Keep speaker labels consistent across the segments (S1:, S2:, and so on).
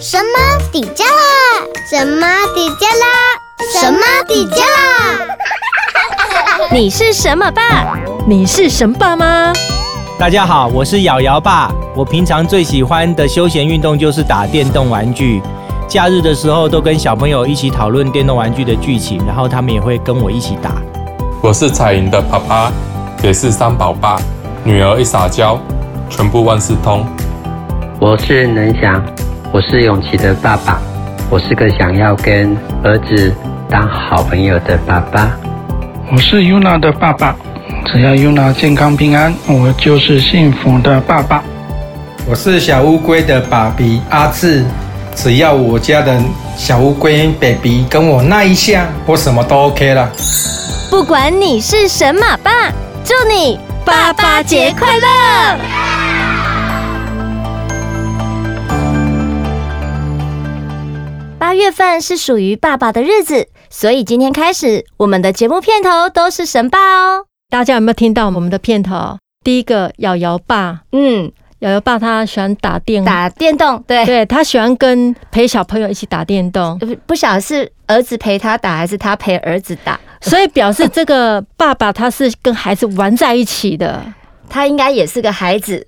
S1: 神马底加啦！神马底加啦！神马底加啦！
S2: 你是什么爸？你是神爸吗？
S3: 大家好，我是瑶瑶爸。我平常最喜欢的休闲运动就是打电动玩具。假日的时候都跟小朋友一起讨论电动玩具的剧情，然后他们也会跟我一起打。
S4: 我是彩莹的爸爸，也是三宝爸。女儿一撒娇，全部万事通。
S5: 我是能翔，我是永琪的爸爸，我是个想要跟儿子当好朋友的爸爸。
S6: 我是 UNA 的爸爸，只要 UNA 健康平安，我就是幸福的爸爸。
S7: 我是小乌龟的爸比阿志，只要我家的小乌龟 baby 跟我那一下，我什么都 OK 了。
S2: 不管你是神马爸，祝你爸爸节快乐！八月份是属于爸爸的日子，所以今天开始，我们的节目片头都是神爸哦。
S8: 大家有没有听到我们的片头？第一个瑶瑶爸，
S2: 嗯，
S8: 瑶瑶爸他喜欢打电，
S2: 打啊电动，对，
S8: 对他喜欢跟陪小朋友一起打电动，
S2: 不不晓得啊是儿子陪他打，还是他陪儿子打，
S8: 所以表示这个爸爸他是跟孩子玩在一起 的，
S2: 他应该也是个 孩子。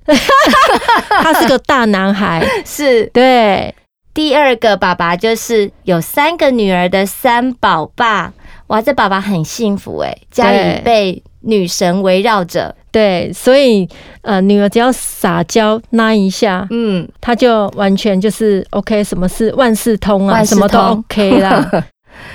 S8: 他是个大男孩，
S2: 是
S8: 对，
S2: 第二个爸爸，就是有三个女儿的三宝爸。哇，这爸爸很幸福哎，家里
S8: 对
S2: 被女神围绕着。
S8: 对，所以呃，女儿只要撒娇那一下，
S2: 嗯，
S8: 他就完全就是 OK，什么事万事通啊，
S2: 万事
S8: 什
S2: 通
S8: 么都 OK 啦。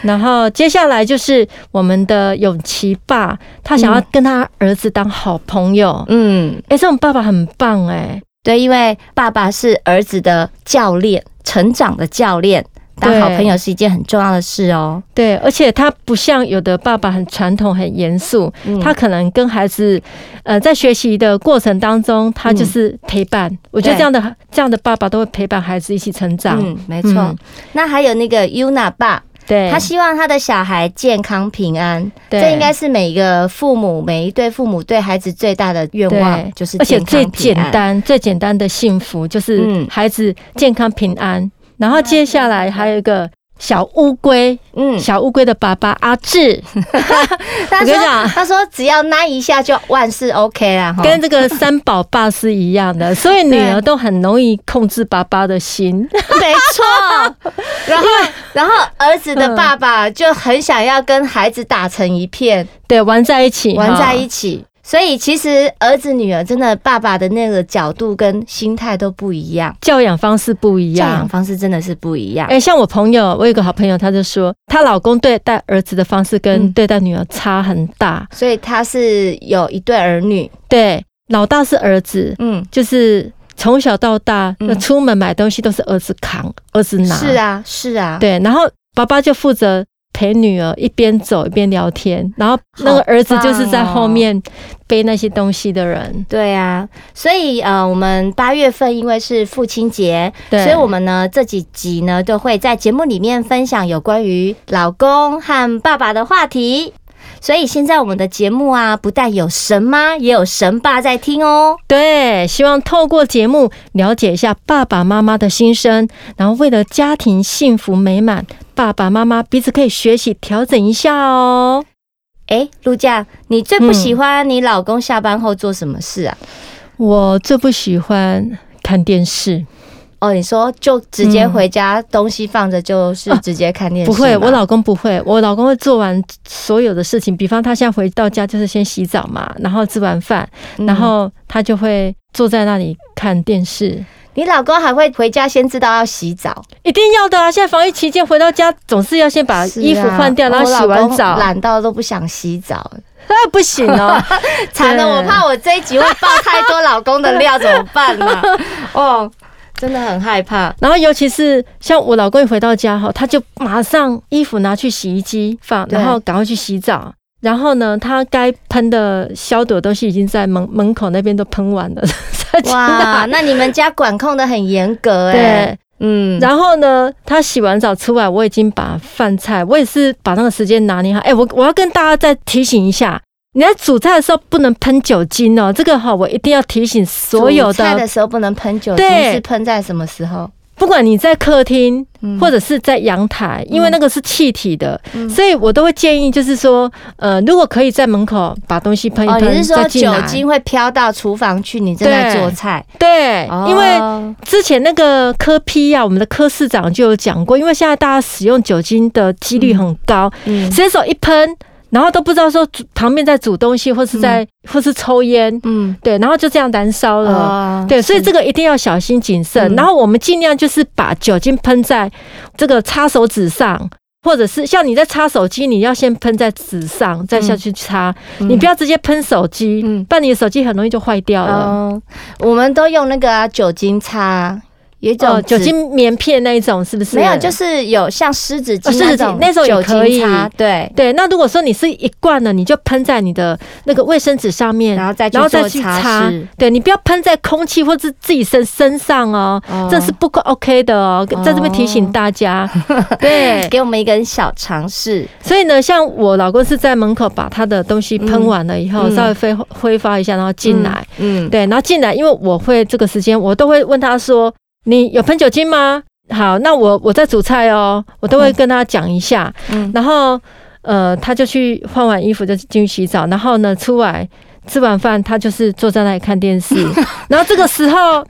S8: 然后接下来就是我们的永琪爸，他想要
S2: 嗯
S8: 跟他儿子当好朋友。哎、
S2: 嗯，
S8: 这种爸爸很棒哎、
S2: 对，因为爸爸是儿子的教练，成长的教练，当
S8: 对
S2: 好朋友是一件很重要的事哦。
S8: 对，而且他不像有的爸爸很传统、很严肃，
S2: 嗯
S8: 他可能跟孩子，呃，在学习的过程当中，他就是陪伴。我觉得
S2: 嗯对
S8: 这样的这样的爸爸都会陪伴孩子一起成长。
S2: 嗯，没错。
S8: 嗯
S2: 那还有那个 UNA 爸，
S8: 对，
S2: 他希望他的小孩健康平安，
S8: 哎对
S2: 这应该是每一个父母、每一对父母对孩子最大的愿望，
S8: 对，
S2: 就是
S8: 而且
S2: 健康
S8: 最
S2: 平
S8: 简
S2: 安。
S8: 单、最简单的幸福就是
S2: 嗯
S8: 孩子健康平安。然后接下来还有一个小乌龟，
S2: 嗯，
S8: 小乌龟的爸爸阿 志，
S2: 他
S8: 我
S2: 说
S8: 跟你讲
S2: 他说只要那一下就万事 OK 啦，哈。
S8: 跟这 个三宝爸是一样的，所以女
S2: 对
S8: 儿都很容易控制爸爸的心。
S2: 没错，然后然后儿子的爸爸就很想要跟孩子打成一片，
S8: 对，玩在一起，
S2: 玩在
S8: 哈
S2: 一起。所以其实儿子女儿真的爸爸的那个角度跟心态都不一样，
S8: 教养方式不一
S2: 教养
S8: 样。
S2: 方式真的是不一样。
S8: 哎、像我朋友，我有个好朋友，他就说，她老公对待儿子的方式跟
S2: 嗯
S8: 对待女儿差很大。
S2: 所以他是有一对儿女，
S8: 对，老大是儿子，
S2: 嗯，
S8: 就是从小到大，
S2: 嗯
S8: 那出门买东西都是儿子扛，儿子拿。
S2: 是，啊，是啊，，
S8: 对。然后爸爸就负责陪女儿一边走一边聊天，然后那个儿子就是
S2: 哦
S8: 在后面背那些东西的人。
S2: 对啊。所以呃，我们八月份因为是父亲节，
S8: 对
S2: 所以我们呢这几集呢都会在节目里面分享有关于老公和爸爸的话题。所以现在我们的节目啊，不但有神妈，也有神爸在听哦。
S8: 对，希望透过节目了解一下爸爸妈妈的心声，然后为了家庭幸福美满，爸爸妈妈彼此可以学习调整一下哦。
S2: 哎，陆佳，你最不
S8: 嗯
S2: 喜欢你老公下班后做什么事啊？
S8: 我最不喜欢看电 视，
S2: 哦，你说就直接回家，东西放着就是直接看电
S8: 嗯
S2: 视
S8: 不
S2: 吗、
S8: 会，我老公不会，我老公会做完所有的事情，比方他现在回到家就是先洗澡嘛，然后吃完饭，
S2: 嗯
S8: 然后他就会坐在那里看电视。
S2: 你老公还会回家先知道要洗澡，
S8: 一定要的啊！现在防疫期间回到家，总是要先把衣服换掉，
S2: 是啊
S8: 然后洗
S2: 我老
S8: 完
S2: 公
S8: 澡。啊，
S2: 懒到都不想洗 澡，
S8: 不行哦，
S2: 惨了！
S8: 对
S2: 我怕我这一集会爆太多老公的料，怎么办呢、 哦，真的很害怕。
S8: 然后尤其是像我老公一回到家哈，他就马上衣服拿去洗衣机放，
S2: 对
S8: 然后赶快去洗澡。然后呢，他该喷的消毒的东西已经在门门口那边都喷完了， 才去
S2: 哇
S8: 拿，。
S2: 那你们家管控的很严格哎、
S8: 对，
S2: 嗯，
S8: 然后呢，他洗完澡出来，我已经把饭菜，我也是把那个时间拿捏好。哎，我我要跟大家再提醒一下，你在煮菜的时候不能喷酒精哦，这个哈、我一定要提醒所有
S2: 煮菜
S8: 的
S2: 的时候不能喷酒精，
S8: 对
S2: 是喷在什么时候？
S8: 不管你在客厅
S2: 嗯
S8: 或者是在阳台，因为那个是气体的，所以我都会建议，就是说，呃，如果可以在门口把东西喷一
S2: 哦，
S8: 喷，
S2: 你是说
S8: 再进
S2: 酒
S8: 来
S2: 精会飘到厨房去？你正在
S8: 对
S2: 做菜，
S8: 对，因为
S2: 哦
S8: 之前那个科批啊，我们的科市长就有讲过，因为现在大家使用酒精的几率很高，
S2: 嗯
S8: 随、手一喷，然后都不知道说煮旁边在煮东西，或是在、或是抽烟，
S2: 嗯，
S8: 对，然后就这样燃烧了。
S2: 哦
S8: 对，所以
S2: 是
S8: 这个一定要小心谨慎。
S2: 嗯
S8: 然后我们尽量就是把酒精喷在这个擦手指上，或者是像你在擦手机，你要先喷在纸上，再下去擦，你不要直接喷手机，
S2: 嗯
S8: 不然你的手机很容易就坏掉了。
S2: 哦，我们都用那个啊、酒精擦，有一种、
S8: 哦，酒。精棉片那一种是不是？
S2: 没有，就是有像湿纸巾
S8: 哦湿纸巾
S2: 种
S8: 那种也
S2: 酒
S8: 可以
S2: 精擦，对，
S8: 对。那如果说你是一罐的，你就喷在你的那个卫生纸上面，
S2: 然后再去
S8: 然后再
S2: 做
S8: 去
S2: 擦
S8: 擦
S2: 拭。
S8: 对你不要喷在空气或是自己身身上哦，
S2: 哦
S8: 这是不 OK 的哦，
S2: 哦
S8: 在这边提醒大 家。对，
S2: 给我们一个小尝试。
S8: 所以呢，像我老公是在门口把他的东西喷完了以后，
S2: 嗯嗯
S8: 稍微挥挥发一下，然后进来。
S2: 嗯，
S8: 对，然后进来，因为我会这个时间，我都会问他说：“你有喷酒精吗？”好，那我我在煮菜哦，我都会跟他讲一下。
S2: 嗯
S8: 然后呃，他就去换完衣服就进去洗澡，然后呢出来吃完饭，他就是坐在那里看 电视。然后这个时候，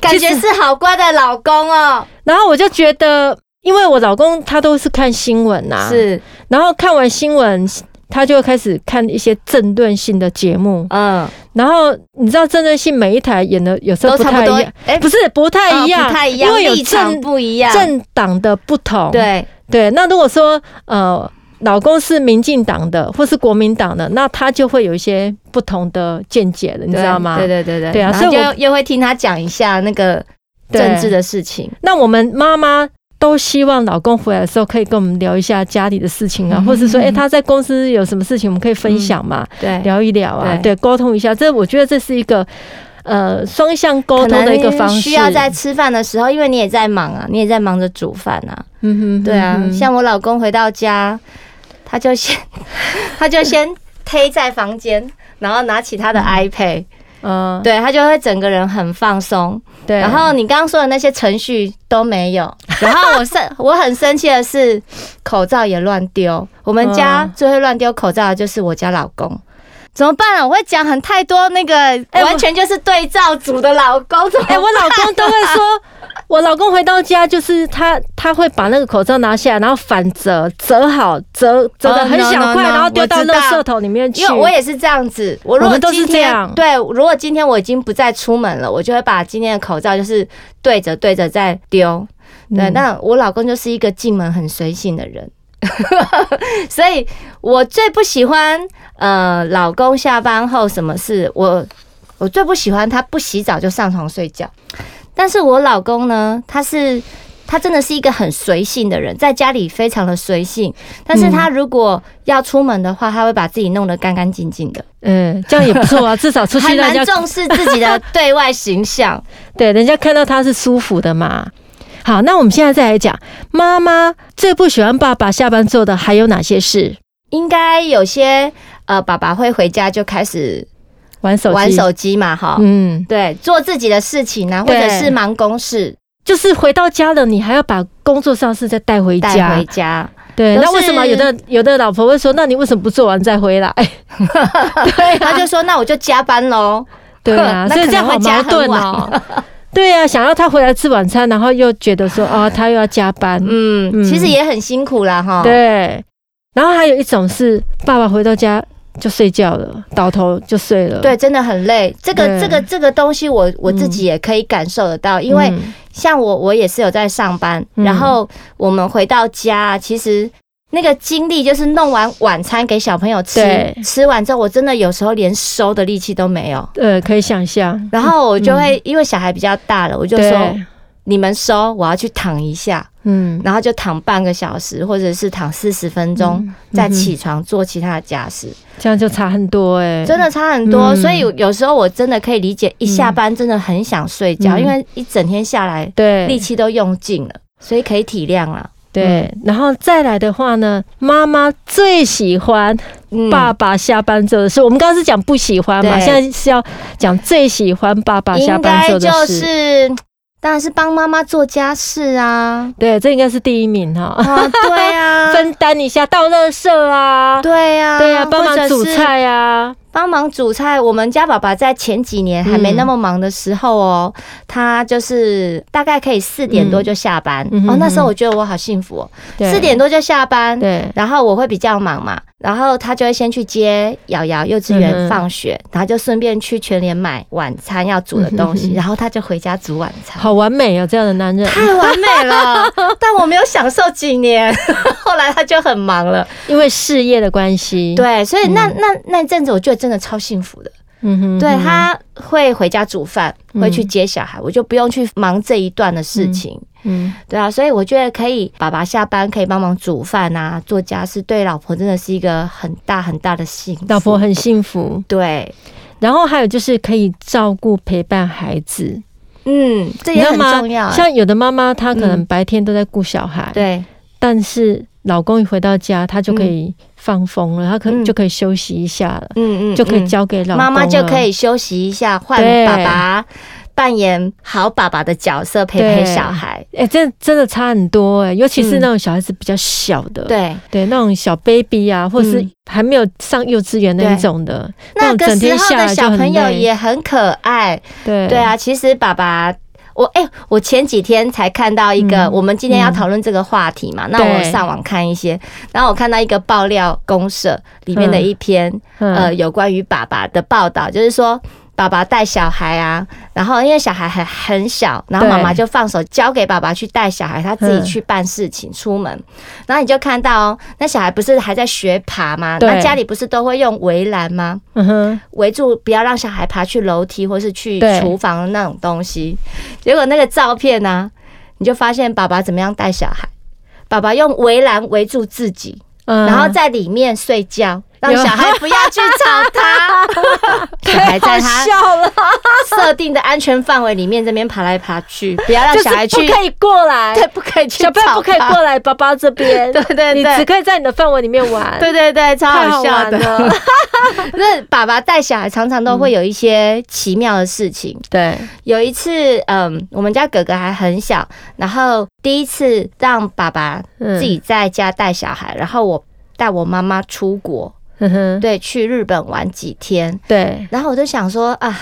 S2: 感
S8: 其
S2: 觉
S8: 实
S2: 是好乖的老公哦，
S8: 然后我就觉得，因为我老公他都是看新闻呐、，
S2: 是，
S8: 然后看完新闻。他就会开始看一些政论性的节目，
S2: 嗯，
S8: 然后你知道政论性每一台演的有时候不
S2: 都差
S8: 太
S2: 不
S8: 一
S2: 多
S8: 样，，
S2: 哎
S8: 不是不太一样，
S2: 哦不太一样，
S8: 因为有
S2: 立场
S8: 政
S2: 不一样，
S8: 政党的不同。
S2: 对，
S8: 对，那如果说呃，老公是民进党的或是国民党的，那他就会有一些不同的见解了，你知道吗？
S2: 对对对对，
S8: 对啊
S2: 然后
S8: 所以
S2: 就
S8: 我
S2: 又会听他讲一下那个
S8: 对
S2: 政治的事情，
S8: 那我们妈妈。都希望老公回来的时候可以跟我们聊一下家里的事情啊，
S2: 嗯
S8: 或是说，哎、他在公司有什么事情，我们可以分享嘛，
S2: 对，
S8: 聊一聊啊，
S2: 对
S8: 对，沟通一下。这我觉得这是一个呃双向沟
S2: 可
S8: 通的一个
S2: 能
S8: 方式，
S2: 需要在吃饭的时候，因为你也在忙啊，你也在忙着煮饭啊。
S8: 嗯哼
S2: 对啊
S8: 嗯，哼
S2: 像我老公回到家，他就先 他就先推在房间，然后拿起他的
S8: 嗯
S2: iPad，、
S8: 呃
S2: 对他就会整个人很放松。
S8: 对，啊
S2: 然后你刚刚说的那些程序都没有。然后 我生我很生气的是，口罩也乱丢。我们家
S8: 嗯
S2: 最会乱丢口罩的就是我家老公。怎么办啊？我会讲很太多那个，
S8: 哎我
S2: 完全就是对照组的老公。怎么
S8: 哎、我老公都会说， 我老公回到家就是他，他会把那个口罩拿下来，然后反折，折好，折折的很小
S2: no, no,
S8: 块
S2: no，
S8: 然后丢到
S2: 我知道
S8: 垃圾桶里面去。
S2: 因为我也是这样子，我如
S8: 我
S2: 果
S8: 们都是
S2: 今
S8: 这
S2: 天
S8: 样
S2: 对，如果今天我已经不再出门了，我就会把今天的口罩就是对着对着再丢。对，
S8: 嗯
S2: 那我老公就是一个进门很随性的人， 所以我最不喜欢呃，老公下班后什么事，我我最不喜欢他不洗澡就上床睡觉。但是我老公呢，他是他真的是一个很随性的人，在家里非常的随性，但是
S8: 嗯
S2: 他如果要出门的话，他会把自己弄得干干净净的，
S8: 嗯，这样也不错啊，至少出去
S2: 还
S8: 让
S2: 蛮
S8: 人家
S2: 重视自己的 对外形象。
S8: 对人家看到他是舒服的嘛。好，那我们现在再来讲，妈妈最不喜欢爸爸下班做的还有哪些事？
S2: 应该有些呃，爸爸会回家就开始
S8: 玩手机，
S2: 玩手机嘛，哈、
S8: 嗯，
S2: 对，做自己的事情啊，或
S8: 对
S2: 者是忙公事
S8: 就是回到家了，你还要把工作上的事再带回
S2: 带
S8: 家。
S2: 回家。
S8: 对，
S2: 都
S8: 那
S2: 是
S8: 为什么有的有的老婆会说，那你为什么不做完再回来？ 对、
S2: 他
S8: 啊，
S2: 就说：“那我就加班喽。
S8: 对啊，
S2: 那
S8: 所以
S2: 可
S8: 这样
S2: 能
S8: 好
S2: 会加
S8: 矛
S2: 很
S8: 盾哦
S2: 晚。
S8: 对啊，想要他回来吃晚餐，然后又觉得说啊，他又要加班。”嗯
S2: 嗯，其实也很辛苦啦，哈。，
S8: 对，然后还有一种是爸爸回到家就睡觉了，倒头就睡了。
S2: 对，真的很累。这个、
S8: 对
S2: 这个、这个东西我，我自己也可以感受得到，因为
S8: 嗯
S2: 像我，我也是有在上班，
S8: 嗯
S2: 然后我们回到家，其实。那个精力就是弄完晚餐给小朋友吃
S8: 对，
S2: 吃完之后我真的有时候连收的力气都没有，
S8: 呃，可以想象。
S2: 然后我就会、因为小孩比较大了，我就说
S8: 嗯对，
S2: 你们收，我要去躺一下。
S8: 嗯，
S2: 然后就躺半个小时，或者是躺四十分钟，
S8: 嗯
S2: 再起床做其他的家事，
S8: 这样就差很多哎、
S2: 真的差很多。
S8: 嗯
S2: 所以有时候我真的可以理解，一下班真的很想睡觉，
S8: 嗯
S2: 因为一整天下来
S8: 对
S2: 力气都用尽了，所以可以体谅啦。
S8: 对，
S2: 嗯
S8: 然后再来的话呢，妈妈最喜欢
S2: 嗯
S8: 爸爸下班做的事。我们刚刚是讲不喜欢嘛，
S2: 对
S8: 现在是要讲最喜欢爸爸下
S2: 应
S8: 班
S2: 该
S8: 做的
S2: 就
S8: 事。
S2: 是当然是帮妈妈做家事 啊。
S8: 对，这应该是第一名哈。
S2: 啊，对啊，
S8: 分担一下倒垃圾啊，
S2: 对啊，
S8: 对啊，帮
S2: 或者
S8: 忙煮
S2: 是
S8: 菜啊，
S2: 帮忙煮菜，我们家爸爸在前几年还没那么忙的时候哦，
S8: 嗯
S2: 他就是大概可以四点多就下班、
S8: 嗯嗯
S2: 哦
S8: 哼。
S2: 那时候我觉得我好幸福哦，
S8: 对
S2: 四点多就下班，
S8: 对
S2: 然后我会比较忙嘛，然后他就会先去接瑶瑶幼稚园
S8: 嗯哼
S2: 放学，然后就顺便去全联买晚餐要煮的东西，然后他就回家煮晚餐。
S8: 嗯好完美哦，这样的男人。
S2: 太完 美了，但我没有享受几年， 后来他就很忙了。
S8: 因为事业的关系，，
S2: 对，所以那、那那一阵子，我觉得真的超幸福的。
S8: 嗯哼
S2: 对，他会回家煮饭，会去接小孩，我就不用去忙这一段的事情。
S8: 嗯，
S2: 对啊，所以我觉得可以，爸爸下班可以帮忙煮饭啊，做家事，对老婆真的是一个很大很大的幸福。
S8: 老婆很幸福。
S2: 对，
S8: 然后还有就是可以照顾陪伴孩子，
S2: 嗯，这
S8: 你
S2: 也
S8: 知道
S2: 很
S8: 吗
S2: 重要、？欸。
S8: 像有的妈妈她可能
S2: 嗯
S8: 白天都在顾小孩，，
S2: 对
S8: 但是老公一回到家，她就可以放风了，她可
S2: 嗯
S8: 就可以休息一下了，
S2: 嗯嗯，
S8: 就可以
S2: 嗯
S8: 交给老公了
S2: 妈妈就可以休息一下，换
S8: 对
S2: 爸爸扮演好爸爸的角色，陪陪
S8: 对
S2: 小孩。
S8: 哎、这真的差很多哎、尤其是
S2: 嗯
S8: 那种小孩子比较小的，
S2: 对，嗯
S8: 对，那种小 baby 啊，或者是还没有上幼稚园那一种的，
S2: 那
S8: 种
S2: 个
S8: 整
S2: 时
S8: 天
S2: 候
S8: 下来
S2: 的
S8: 就
S2: 小
S8: 很
S2: 朋友
S8: 累
S2: 也很可爱，
S8: 对
S2: 对，啊，其实爸爸。我哎、我前几天才看到一个，
S8: 嗯
S2: 我们今天要讨论这个话题嘛，那我
S8: 对
S2: 上网看一些，然后我看到一个爆料公社里面的一篇、
S8: 嗯
S2: 呃有关于爸爸的报道，就是说爸爸带小孩啊，然后因为小孩很很小，然后
S8: 对
S2: 妈妈就放手交给爸爸去带小孩，他自己去办事情、出门，
S8: 嗯
S2: 然后你就看到哦，那小孩不是还在学爬吗？
S8: 对
S2: 那家里不是都会用围栏吗？
S8: 嗯哼，
S2: 围住，不要让小孩爬去楼梯或是去
S8: 对
S2: 厨房的那种东西。结果那个照片呢、你就发现爸爸怎么样带小孩，爸爸用围栏围住自己，
S8: 嗯
S2: 然后在里面睡觉。让
S8: 有
S2: 小孩不要去吵他， 小孩在他
S8: 笑了，
S2: 设定的安全范围里面这边爬来爬去，不要让
S8: 就是
S2: 啊小孩去，
S8: 不可以过来，
S2: 对，不可以去
S8: 小朋友
S2: 吵
S8: 不可以
S2: 他
S8: 过来爸爸这边，
S2: 对对
S8: 你
S2: 对
S8: 只可以在你的范围里面玩，
S2: 对对对，超
S8: 太好
S2: 好笑
S8: 玩
S2: 的。
S8: 了，
S2: 那爸爸带小孩常常都会有一些奇妙的事情，
S8: 对，
S2: 有一次，嗯，我们家哥哥还很小，然后第一次让爸爸
S8: 嗯
S2: 自己在家带小孩，然后我带我妈妈出国，
S8: 嗯哼，
S2: 对，去日本玩几天。
S8: 对，
S2: 然后我就想说啊，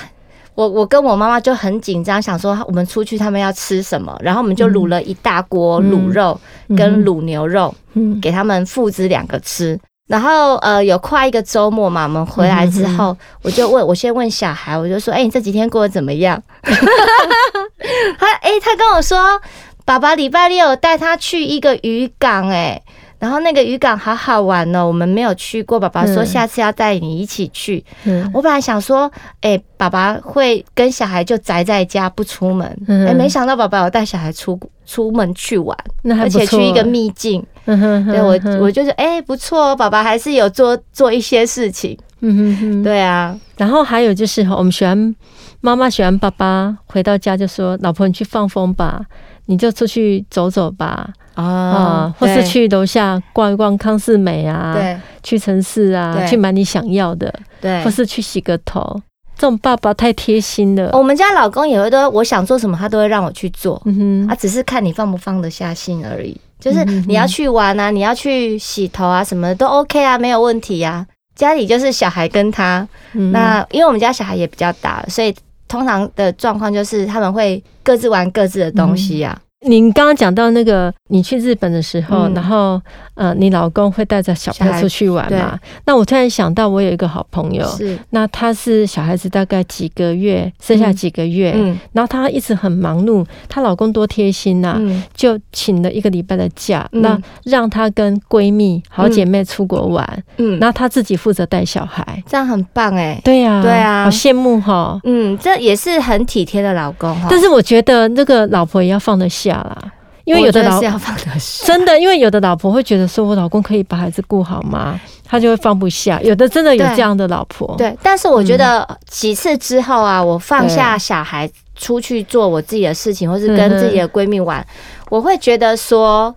S2: 我我跟我妈妈就很紧张，想说啊我们出去他们要吃什么，然后我们
S8: 嗯
S2: 就卤了一大锅卤肉跟卤牛肉，
S8: 嗯，
S2: 给他们父子两个吃。然后呃，有快一个周末嘛，我们回来
S8: 嗯
S2: 之后，我就问我先问小孩，我就说：“哎、你这几天过得怎么样？” 他哎、他跟我说，爸爸礼拜六带他去一个渔港、哎，然后那个渔港好好玩哦，我们没有去过。爸爸说
S8: 嗯
S2: 下次要带你一起去。
S8: 嗯
S2: 我本来想说，哎、爸爸会跟小孩就宅在家不出门，哎、
S8: 嗯
S2: 没想到爸爸有带小孩出出门去玩，
S8: 那还
S2: 而
S8: 不
S2: 且去一个
S8: 错啊
S2: 秘境。
S8: 嗯哼，
S2: 对
S8: 嗯
S2: 我
S8: 哼，
S2: 我就是哎、不错哦，爸爸还是有做做一些事情。
S8: 嗯哼哼，
S2: 对啊，
S8: 然后还有就是，哦我们喜欢妈妈喜欢爸爸，回到家就说：“老婆，你去放风吧，你就出去走走吧，啊、或是
S2: 哦嗯对
S8: 去楼下逛一逛康士美啊，
S2: 对
S8: 去城市啊，
S2: 对
S8: 去买你想要的，
S2: 对
S8: 或。是去洗个头。”这种爸爸太贴心了，
S2: 我们家老公也会都，我想做什么，他都会让我去做，
S8: 嗯
S2: 啊，
S8: 哼，
S2: 只是看你放不放得下心而已。就是
S8: 嗯
S2: 你要去玩啊，你要去洗头啊，什么都 OK 啊，没有问题啊。家里就是小孩跟他，
S8: 嗯
S2: 那因为我们家小孩也比较大，所以通常的状况就是他们会各自玩各自的东西啊。
S8: 您刚刚讲到那个，你去日本的时候，
S2: 嗯
S8: 然后呃，你老公会带着小朋
S2: 小
S8: 友
S2: 孩
S8: 出去玩
S2: 对
S8: 嘛？那我突然想到，嗯我有一个好朋友，
S2: 是，
S8: 那他是小孩子大概几个月，剩下几个月，
S2: 嗯
S8: 然后她一直很忙碌，她老公多贴心呐、
S2: 嗯
S8: 就请了一个礼拜的假，
S2: 嗯
S8: 那让她跟闺蜜、好姐妹出国玩，
S2: 嗯，
S8: 然后她自己负责带小孩。
S2: 这样很棒哎、
S8: 对呀、
S2: 对啊
S8: 好羡慕哈。
S2: 嗯，这也是很体贴的老公哈。
S8: 但是我觉得那个老婆也要放得下啦，因为有的
S2: 我觉得
S8: 老
S2: 是要放得下，
S8: 真的，因为有的老婆会觉得说，我老公可以把孩子顾好吗？她就会放不下。有的真的有
S2: 对
S8: 这样的老婆，
S2: 对。但是我觉
S8: 嗯
S2: 得几次之后啊，我放下小孩出去做我自己的事情，或是跟
S8: 嗯哼嗯
S2: 自己的闺蜜玩，我会觉得说，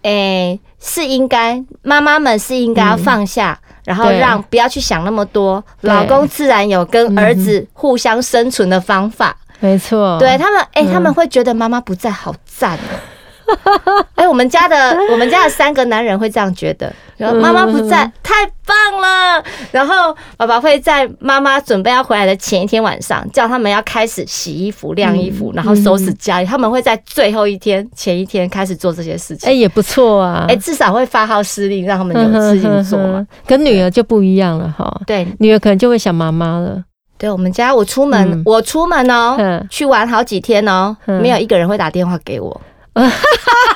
S2: 诶、是应该妈妈们是应该要放下。然后
S8: 嗯对
S2: 让不要去想那么多，
S8: 对
S2: 老公自然有跟
S8: 嗯
S2: 儿子互相生存的方法。
S8: 没错，
S2: 对他们，哎、他们会觉得妈妈不在好赞哦。 哎、我们家的我们家的三个男人会这样觉得，然后妈妈不在，太棒了。然后爸爸会在妈妈准备要回来的前一天晚上，叫他们要开始洗衣服、晾衣服，然后收拾家里。他们会在最后一天、前一天开始做这些事情。
S8: 哎、
S2: 哎、
S8: 也不错啊，
S2: 至少会发号施令，让他们
S8: 嗯
S2: 有
S8: 哼
S2: 事情做
S8: 哼
S2: 嘛
S8: 哼。跟女儿就不一样了哈，
S2: 对，
S8: 女儿可能就会想妈妈了，
S2: 对我们家，我出门，
S8: 嗯
S2: 我出门哦、
S8: 嗯
S2: 去玩好几天哦、
S8: 嗯
S2: 没有一个人会打电话给 我。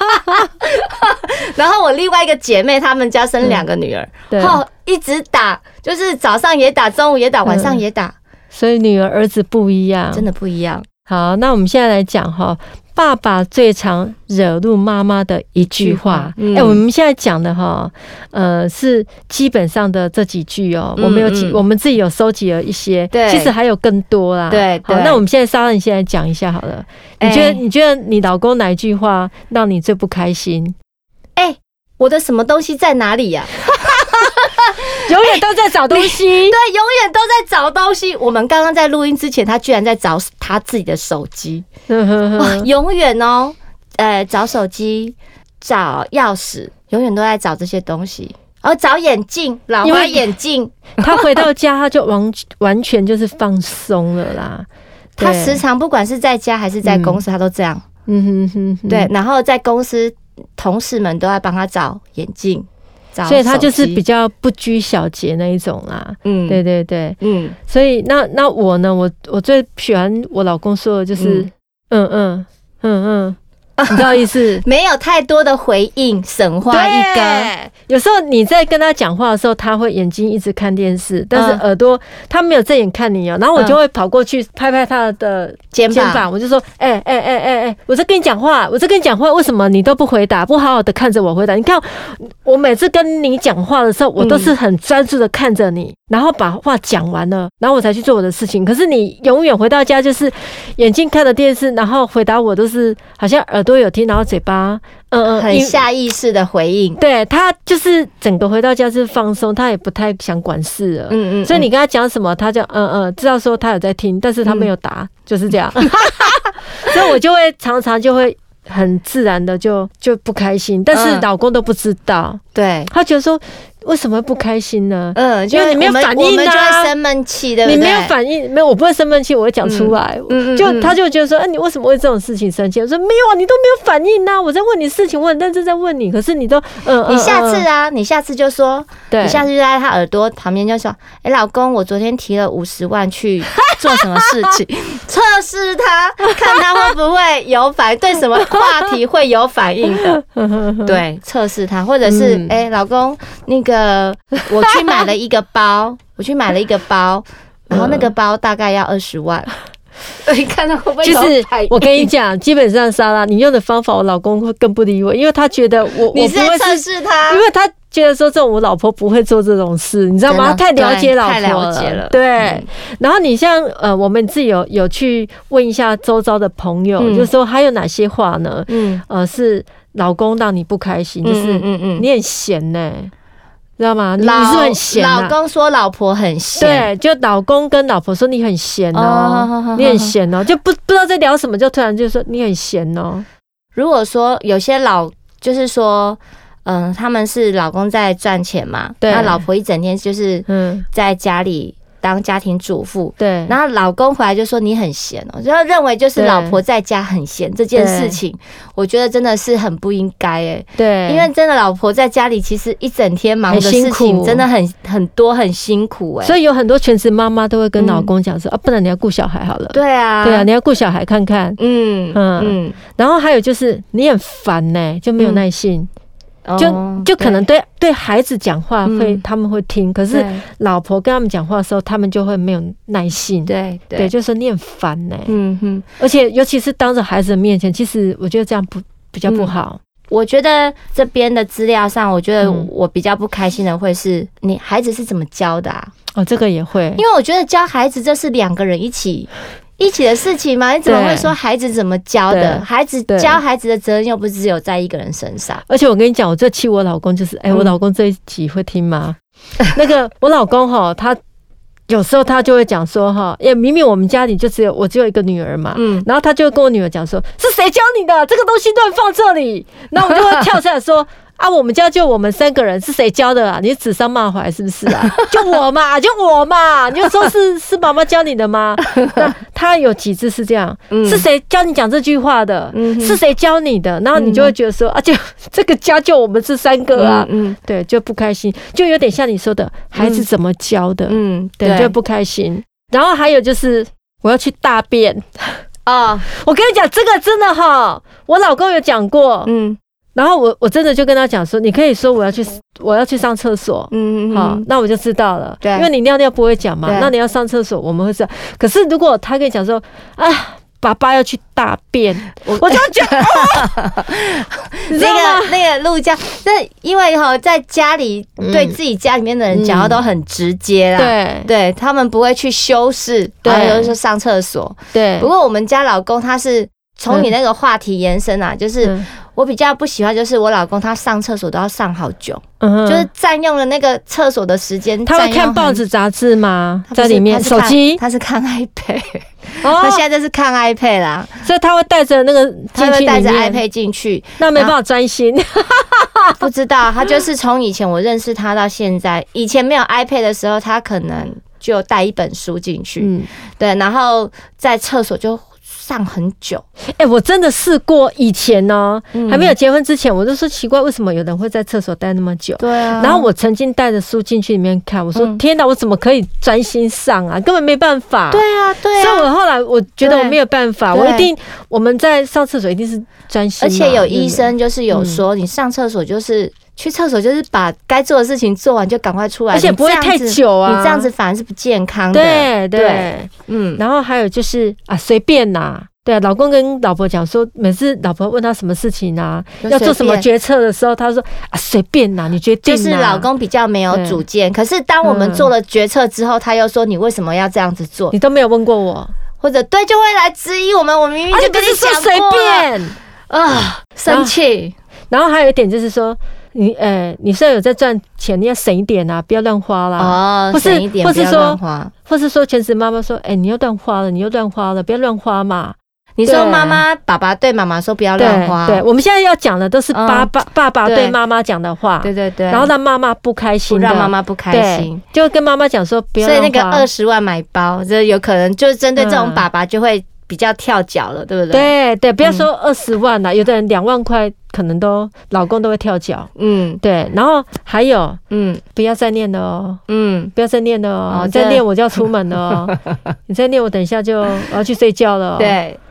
S2: 然后我另外一个姐妹，她们家生两个女儿，
S8: 嗯对，
S2: 后一直打，就是早上也打，中午也打，晚上也打，
S8: 所以女儿儿子不一样，
S2: 真的不一样。
S8: 好，那我们现在来讲哈，爸爸最常惹怒妈妈的一句话。哎、
S2: 嗯
S8: 我们现在讲的哈，呃，是基本上的这几句哦、
S2: 嗯
S8: 我们有几，
S2: 嗯
S8: 我们自己有收集了一些，
S2: 对
S8: 其实还有更多啦。
S2: 对
S8: 好，
S2: 对
S8: 那我们现在莎莎，你现在讲一下好了。你觉得、
S2: 哎
S8: 你觉得你老公哪一句话让你最不开心？
S2: 哎我的什么东西在哪里呀、 哎
S8: 永远都在找东西。
S2: 对，永远都在找东西。我们刚刚在录音之前，她居然在找她自己的手机，
S8: 嗯哼
S2: 哇
S8: 哼，
S2: 永远哦，呃，找手机、找钥匙，永远都在找这些东西。哦，找眼镜，老
S8: 因
S2: 花
S8: 为
S2: 眼镜，
S8: 他回到家他就完完全就是放松了啦。
S2: 他
S8: 对
S2: 时，常不管是在家还是在
S8: 嗯
S2: 公司，他都这样。
S8: 嗯哼哼哼，
S2: 对，然后在公司，同事们都在帮他找眼镜，找
S8: 所以他就是
S2: 手机
S8: 比较不拘小节那一种啦。
S2: 嗯，
S8: 对对对，
S2: 嗯，？
S8: 所以那那我呢，我我最喜欢我老公说的就是嗯嗯嗯嗯，你知道意思
S2: 没有太多的回应，省花一根。
S8: 对有时候你在跟他讲话的时候，他会眼睛一直看电视，但是
S2: 嗯
S8: 耳朵他没有正眼看你哦、然后我就会跑过去拍拍他的
S2: 肩
S8: 肩
S2: 膀
S8: 膀，我就说：“哎哎哎哎哎，我在跟你讲话，我在跟你讲话，为什么你都不回答，不好好的看着我回答？你看，我每次跟你讲话的时候，我都是很专注的看着你，然后把话讲完了，然后我才去做我的事情。可是你永远回到家就是眼睛看着电视，然后回答我都是好像耳朵有听，然后嘴巴嗯嗯
S2: 很
S8: 因
S2: 下意识的回应，
S8: 对他就是整个回到家是放松，他也不太想管事了。
S2: 嗯嗯，
S8: 所以你跟他讲什么，他就嗯嗯，知道说他有在听，但是他没有答，就是这
S2: 嗯
S8: 样。 所以我就会常常就会很自然的就就不开心，但是
S2: 嗯
S8: 老公都不知道，
S2: 对，
S8: 他觉得说为什么会不开心呢？
S2: 嗯，就
S8: 因为
S2: 是
S8: 你没有
S2: 我们
S8: 反应啊
S2: 我们就会生闷气，对不对？
S8: 你没有反应，没有，我不会生闷气，我会讲出来。
S2: 嗯嗯
S8: 就
S2: 嗯
S8: 他就觉得说，哎、你为什么为这种事情生气？我说没有啊，你都没有反应呐、我在问你事情，我很认真在问你，可是你都嗯，嗯
S2: 你下次
S8: 嗯
S2: 啊，你下次就说，
S8: 对
S2: 你下次就在他耳朵旁边就说：“哎、老公，我昨天提了五十万去做什么事情？ 测试他，看他会不会有反应，对什么话题会有反应 的。对，测试他，或者是
S8: 嗯
S2: 哎、老公，那个我去买了一个包， 我去买了一个包，然后那个包大概要二十万。 你看他会不会
S8: 就
S2: 有
S8: 是
S2: 反应
S8: 我跟你讲，基本上莎拉，你用的方法，我老公会更不理我，因为他觉得我我
S2: 你
S8: 不
S2: 是在
S8: 会
S2: 测
S8: 是，
S2: 试他
S8: 因，为他觉得说这种我老婆不会做这种事，你知道吗？他
S2: 真的
S8: 太了解
S2: 对
S8: 老婆
S2: 太了解了
S8: 对。
S2: 嗯
S8: 然后你像呃，我们自己有有去问一下周遭的朋友，
S2: 嗯
S8: 就是说还有哪些话呢？
S2: 嗯，
S8: 呃，是老公让你不开心，就是
S2: 嗯嗯嗯嗯
S8: 你很闲呢、知道吗？你
S2: 老
S8: 你是不是很闲、啊？
S2: 老公说老婆很闲，
S8: 对，就老公跟老婆说你很闲哦
S2: 哦，
S8: 你很闲哦，就不不知道在聊什么，就突然就说你很闲哦，
S2: 如果说有些老就是说，嗯、他们是老公在赚钱嘛，
S8: 对
S2: 那老婆一整天就是
S8: 嗯，
S2: 在家里当家庭主妇。
S8: 对，
S2: 然后老公回来就说你很闲哦，就认为就是
S8: 对
S2: 老婆在家很闲这件事情，我觉得真的是很不应该哎，
S8: 对，
S2: 因为真的老婆在家里其实一整天忙的
S8: 很辛
S2: 事
S8: 苦
S2: 情真的很很多很辛苦哎，
S8: 所
S2: 以
S8: 以有很多全职妈妈都会跟老公讲说啊，不然你要顾小孩好了，
S2: 对啊，
S8: 对啊，你要顾小孩看看，
S2: 嗯
S8: 嗯
S2: 嗯
S8: 然后还有就是你很烦呢，就没有耐心，
S2: 嗯，
S8: 就
S2: 哦
S8: 就可能对对孩子讲话会
S2: 嗯
S8: 他们会听，可是
S2: 对
S8: 老婆跟他们讲话的时候，他们就会没有耐心，
S2: 对
S8: 对，就说你很烦呢，
S2: 嗯哼，
S8: 而且尤其是当着孩子的面前，其实我觉得这样不比较不好。
S2: 我觉得这边的资料上，我觉得
S8: 嗯
S2: 我比较不开心的会是你孩子是怎么教的啊？
S8: 哦，这个也会
S2: 因，为我觉得教孩子这是两个人一起一起的事情嘛，你怎么
S8: 对
S2: 会说孩子怎么教的
S8: 对？
S2: 孩子
S8: 对
S2: 教孩子的责任又不是只有在一个人身上。
S8: 而且我跟你讲，我这气我老公就是，哎、我
S2: 嗯
S8: 老公这一集会听吗？那个我老公哈，他有时候他就会讲说哈，也明明我们家里就只有我只有一个女儿嘛，
S2: 嗯
S8: 然后他就会跟我女儿讲说，是谁教你的？这个东西乱放这里，然后我就会跳下来说。 啊，我们家就我们三个人，是谁教的啊？你指桑骂槐是不是 啊？就我嘛，就我嘛，你就说是 是妈妈教你的 吗？那他有几次是这样，
S2: 嗯
S8: 是谁教你讲这句话的？
S2: 嗯哼
S8: 是谁教你的？然后你就会觉得说，啊，就这个家就我们这三个啊，
S2: 嗯
S8: 对，就不开心，就有点像你说的，孩子怎么教的，
S2: 嗯，
S8: 对，就不开心。然后还有就是我要去大便，
S2: 啊，
S8: 我跟你讲，这个真的哈，我老公有讲过，
S2: 嗯
S8: 然后我我真的就跟他讲说，你可以说我要去我要去上厕所。
S2: 嗯，
S8: 好，那我就知道了。
S2: 对
S8: 因为你尿尿不会讲嘛
S2: 对，
S8: 那你要上厕所，我们会知道。可是如果他跟你讲说，啊，爸爸要去大便，我就会觉得，哦 你知道
S2: 那
S8: 吗
S2: 个？那个陆家，那因为哈，在家里对自己家里面的人讲话都很直接啦，
S8: 嗯对
S2: 对他们不会去修饰，
S8: 对
S2: 然后有时候上厕所。
S8: 对
S2: 不，过我们家老公他是从你那个话题延伸啊，就是
S8: 嗯
S2: 我比较不喜欢，就是我老公他上厕所都要上好久，
S8: 嗯哼
S2: 就是占用了那个厕所的时间。
S8: 他会
S2: 占用
S8: 看
S2: 很
S8: 报纸、杂志吗
S2: 他？不
S8: 在
S2: 是
S8: 里面
S2: 他是
S8: 手
S2: 看
S8: 机，
S2: 他是看 iPad，、
S8: 哦
S2: 他现在是看 iPad 啦，
S8: 所以他会带着那个
S2: 他
S8: 哦进去
S2: 会带
S8: 里
S2: 着
S8: 面，
S2: iPad 进去，
S8: 那没办法专心。
S2: 不知道，他就是从以前我认识他到现在，以前没有 iPad 的时候，他可能就带一本书进去，
S8: 嗯，
S2: 对，然后在厕所就上很久，
S8: 哎、我真的试过，以前呢、
S2: 嗯
S8: 还没有结婚之前，我就说奇怪，为什么有人会在厕所待那么久？
S2: 对啊
S8: 然后我曾经带着书进去里面看，我说、
S2: 嗯
S8: 天哪，我怎么可以专心上啊？根本没办法。
S2: 对。啊，对
S8: 所以，
S2: 啊，
S8: 我后来我觉得
S2: 对
S8: 我没有办法，我
S2: 对
S8: 一定我们在上厕所一定是专心
S2: 而
S8: 嘛，嗯
S2: 且有
S8: 对不对嗯
S2: 医生就是有说，你上厕所就是。去厕所就是把该做的事情做完就赶快出来，
S8: 而且
S2: 你
S8: 不会
S2: 这样子
S8: 太久啊
S2: 你这样子反而是不健康的。
S8: 对
S2: 对，
S8: 对，
S2: 嗯，
S8: 然后还有就是啊，随便啦、对啊，老公跟老婆讲说，每次老婆问他什么事情啊，
S2: 就
S8: 要做
S2: 随
S8: 什么
S2: 便
S8: 决策的时候，他说啊，随便啦、你决定、
S2: 就
S8: 啊。
S2: 是老，公比较没有主见，可是当我们
S8: 嗯
S2: 做了决策之后，他又说你为什么要这样子做
S8: 你，都没有问过我，啊，
S2: 或者对就会来质疑我们，我明明
S8: 哎你不
S2: 就跟
S8: 是
S2: 你
S8: 说
S2: 讲
S8: 随
S2: 过了
S8: 便。
S2: 啊，生气，
S8: 然后还有一点就是说，你呃，你虽然有在赚钱，你要省一点啊，不要乱花啦。
S2: 哦，
S8: 或是
S2: 省一点，
S8: 或
S2: 不
S8: 是
S2: 要
S8: 说
S2: 乱花。
S8: 或是说全职妈妈说，哎、你又乱花了，你又乱花了，不要乱花嘛。
S2: 你说
S8: 对
S2: 妈妈、爸爸对妈妈说不要
S8: 对
S2: 乱花，
S8: 对，我们现在要讲的都是
S2: 嗯
S8: 爸爸、爸爸对
S2: 对
S8: 妈妈讲的话，
S2: 对对对，
S8: 然后让妈妈不开
S2: 不
S8: 心的，
S2: 让妈妈不开
S8: 对，
S2: 心。
S8: 就跟妈妈讲说不要
S2: 所以
S8: 乱花。
S2: 那个二十万买包，这有可能就是针对这种
S8: 嗯
S2: 爸爸就会比较跳脚了，对不对？，
S8: 对
S2: 嗯
S8: 对，不要说二十万啊啦，有的人两万块可能都老公都会跳脚。
S2: 嗯
S8: 对，然后还有
S2: 嗯
S8: 不要再念了哦，
S2: 嗯，
S8: 不要再念了哦，
S2: 哦
S8: 你再
S2: 这
S8: 念我就要出门了哦，你再念我等一下就我要去睡觉了、哦。
S2: 对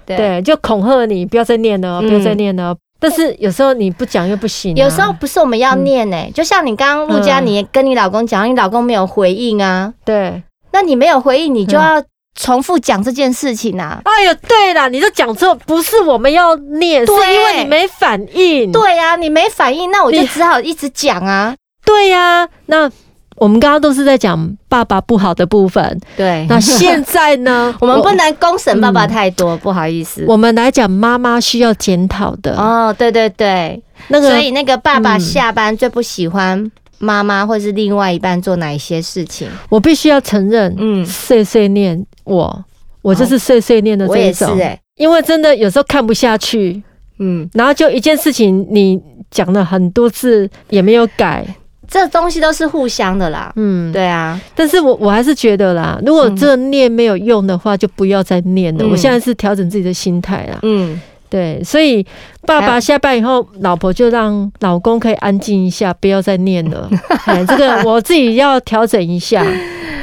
S2: 对。
S8: 对，就恐吓你不要再念了哦，
S2: 嗯
S8: 不要再念了哦。但是有时候你不讲又不行啊、
S2: 有时候不是我们要念哎、就像你刚刚陆佳，
S8: 嗯
S2: 你跟你老公讲，你老公没有回应啊，
S8: 对。
S2: 那你没有回应，你
S8: 嗯
S2: 就要重复讲这件事情啊。
S8: 哎呦，对啦，你就讲错，不是我们要念，是
S2: 对
S8: 因为你没反应。
S2: 对呀、你没反应，那我就
S8: 嗯你
S2: 只好一直讲啊。
S8: 对呀、那我们刚刚都是在讲爸爸不好的部分，
S2: 对
S8: 那现在呢
S2: 哎 ，我们 不
S8: 我。嗯
S2: 能公审爸爸太多，不好意思。
S8: 我们来讲妈妈需要检讨的、
S2: 哦，对对对，
S8: 那个
S2: 所以那个爸爸
S8: 嗯
S2: 下班最不喜欢妈妈或是另外一半做哪一些事情？
S8: 我必须要承认，
S2: 嗯哦
S8: 碎碎念我，我就是碎碎念的
S2: 我
S8: 这一
S2: 也是
S8: 种，
S2: 哎、
S8: 因为真的有时候看不下去，
S2: 嗯，
S8: 然后就一件事情你讲了很多次也没有改，
S2: 这东西都是互相的啦。
S8: 嗯，。
S2: 对啊，
S8: 但是我我还是觉得啦，如果这念没有用的话，就不要再念了。
S2: 嗯
S8: 我现在是调整自己的心态啦，
S2: 嗯，
S8: 对，所以爸爸下班以后，老婆就让老公可以安静一下，不要再念 了。哎，这个我自己要调整一下。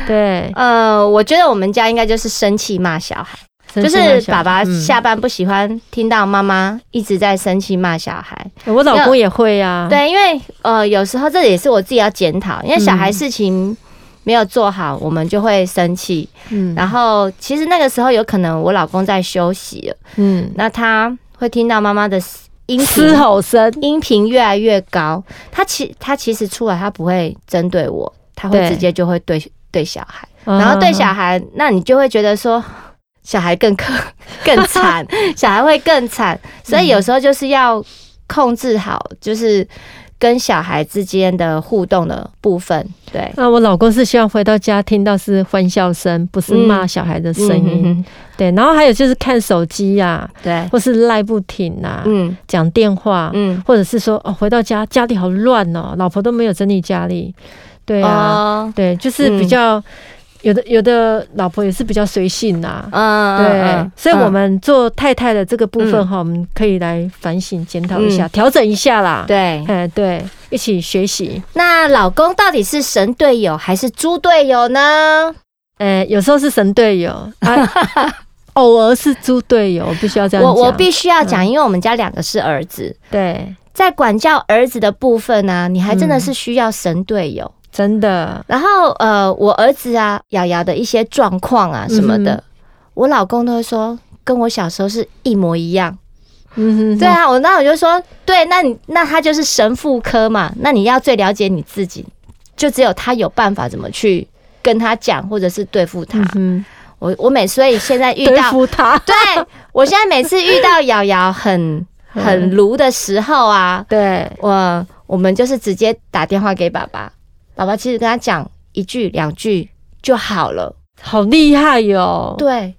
S8: 对，
S2: 呃，我觉得我们家应该就是生气骂小孩，就
S8: 真心
S2: 是
S8: 蛮想
S2: 爸爸
S8: 嗯
S2: 下班不喜欢听到妈妈一直在生气骂小孩。
S8: 我老公也会啊。
S2: 对，因为呃，有时候这也是我自己要检讨，因为小孩
S8: 嗯
S2: 事情没有做好，我们就会生气。
S8: 嗯，
S2: 然后其实那个时候有可能我老公在休息了，
S8: 嗯，
S2: 那他会听到妈妈的音
S8: 嘶
S2: 频，
S8: 吼声，
S2: 音频越来越高。他其他其实出来他不会针对我，他会
S8: 对嗯
S2: 直接就会对对小孩，
S8: 啊
S2: 然后对小孩，那你就会觉得说。小孩更可更惨， 小孩会更惨，所以有时候就是要控制好，就是跟小孩之间的互动的部分。对，
S8: 那啊我老公是希望回到家听到是欢笑声，不是骂小孩的声音。
S2: 嗯哼哼
S8: 对，然后还有就是看手机呀、
S2: 对，
S8: 或是赖不停啊，
S2: 嗯
S8: 讲电话，
S2: 嗯，
S8: 或者是说哦，回到家家里好乱哦，老婆都没有整理家里。对啊，
S2: 哦，
S8: 对，就是比较、有的有的老婆也是比较随性啊。
S2: 嗯，
S8: 对，
S2: 嗯
S8: 所以我。
S2: 嗯
S8: 们做太太的这个部分哈、我们可以来反省检讨一下，调、整一下啦。，
S2: 嗯对，
S8: 哎，对，一起学习。
S2: 那老公到底是神队友还是猪队友呢？
S8: 呃，有时候是神队友，啊、 偶尔是猪队友，我必须要这样
S2: 我
S8: 讲。嗯
S2: 我必须要讲，因为我们家两个是儿子，
S8: 对，
S2: 在管教儿子的部分呢、啊你还真的
S8: 嗯
S2: 是需要神队友。
S8: 真的，
S2: 然后呃，我儿子啊，瑶瑶的一些状况啊什么的，
S8: 嗯
S2: 我老公都会说跟我小时候是一模一样。
S8: 嗯哼，
S2: 对啊，我那我就说，对，那你那他就是神父科嘛，那你要最了解你自己，就只有他有办法怎么去跟他讲，或者是对付他。
S8: 嗯
S2: 我我每所以现在遇
S8: 哼，对
S2: 到
S8: 付他，
S2: 对我现在每次遇到瑶瑶很很炉的时候啊，
S8: 对，
S2: 我我们就是直接打电话给爸爸，爸爸其实跟他讲一句两句就好了。
S8: 好厉害哟、
S2: 对，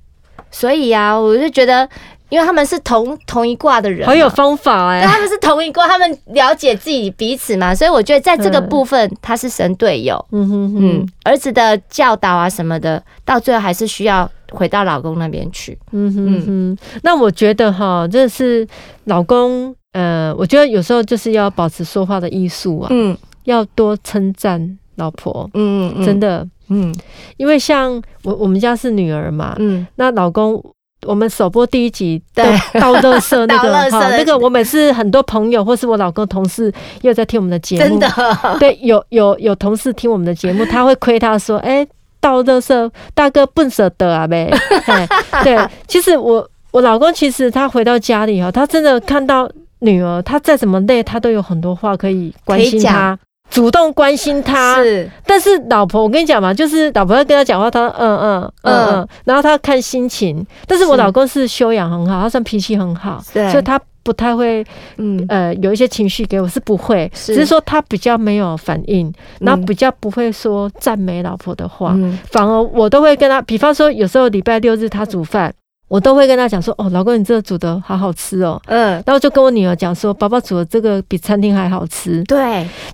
S2: 所以啊，我就觉得，因为他们是同同一卦的人嘛，
S8: 好有方法哎、
S2: 对，啊他们是同一卦，他们了解自己彼此嘛，所以我觉得在这个
S8: 嗯
S2: 部分他是神队友。
S8: 嗯哼
S2: 嗯
S8: 哼，，
S2: 儿子的教导啊什么的，到最后还是需要回到老公那边去。
S8: 嗯哼哼。那我觉得哈，这是老公，呃，我觉得有时候就是要保持说话的艺术啊，
S2: 嗯
S8: 要多称赞老婆，
S2: 嗯
S8: 真，的，
S2: 嗯
S8: 因为像我我们家是女儿嘛，
S2: 嗯，
S8: 那老公，我们首播第一集
S2: 对
S8: 倒倒垃圾那
S2: 倒垃
S8: 个
S2: 圾
S8: 哈，
S2: 的
S8: 那个我每次很多朋友或是我老公同事又在听我们的节目，
S2: 真的，
S8: 对，有有有同事听我们的节目，他会亏他说，哎、倒垃圾大哥笨舍得啊 呗，哎对，其实我我老公其实他回到家里哦，他真的看到女儿，他再怎么累，他都有很多话可以关
S2: 可以
S8: 心
S2: 讲
S8: 她。主动关心她。
S2: 是
S8: 但是老婆，我跟你讲嘛，就是老婆要跟他讲话，他嗯嗯嗯嗯，然后他看心情。但是我
S2: 是
S8: 老公是修养很好，他算脾气很好，
S2: 对
S8: 所以他不太会
S2: 嗯
S8: 呃有一些情绪给我是不会，
S2: 是
S8: 只是说他比较没有反应，然后
S2: 嗯
S8: 比较不会说赞美老婆的话。
S2: 嗯
S8: 反而我都会跟他，比方说有时候礼拜六日他煮饭，我都会跟他讲说：“哦，老公，你这个煮的好好吃哦。”
S2: 嗯，
S8: 然后就跟我女儿讲说：“爸爸煮的这个比餐厅还好吃。”
S2: 对，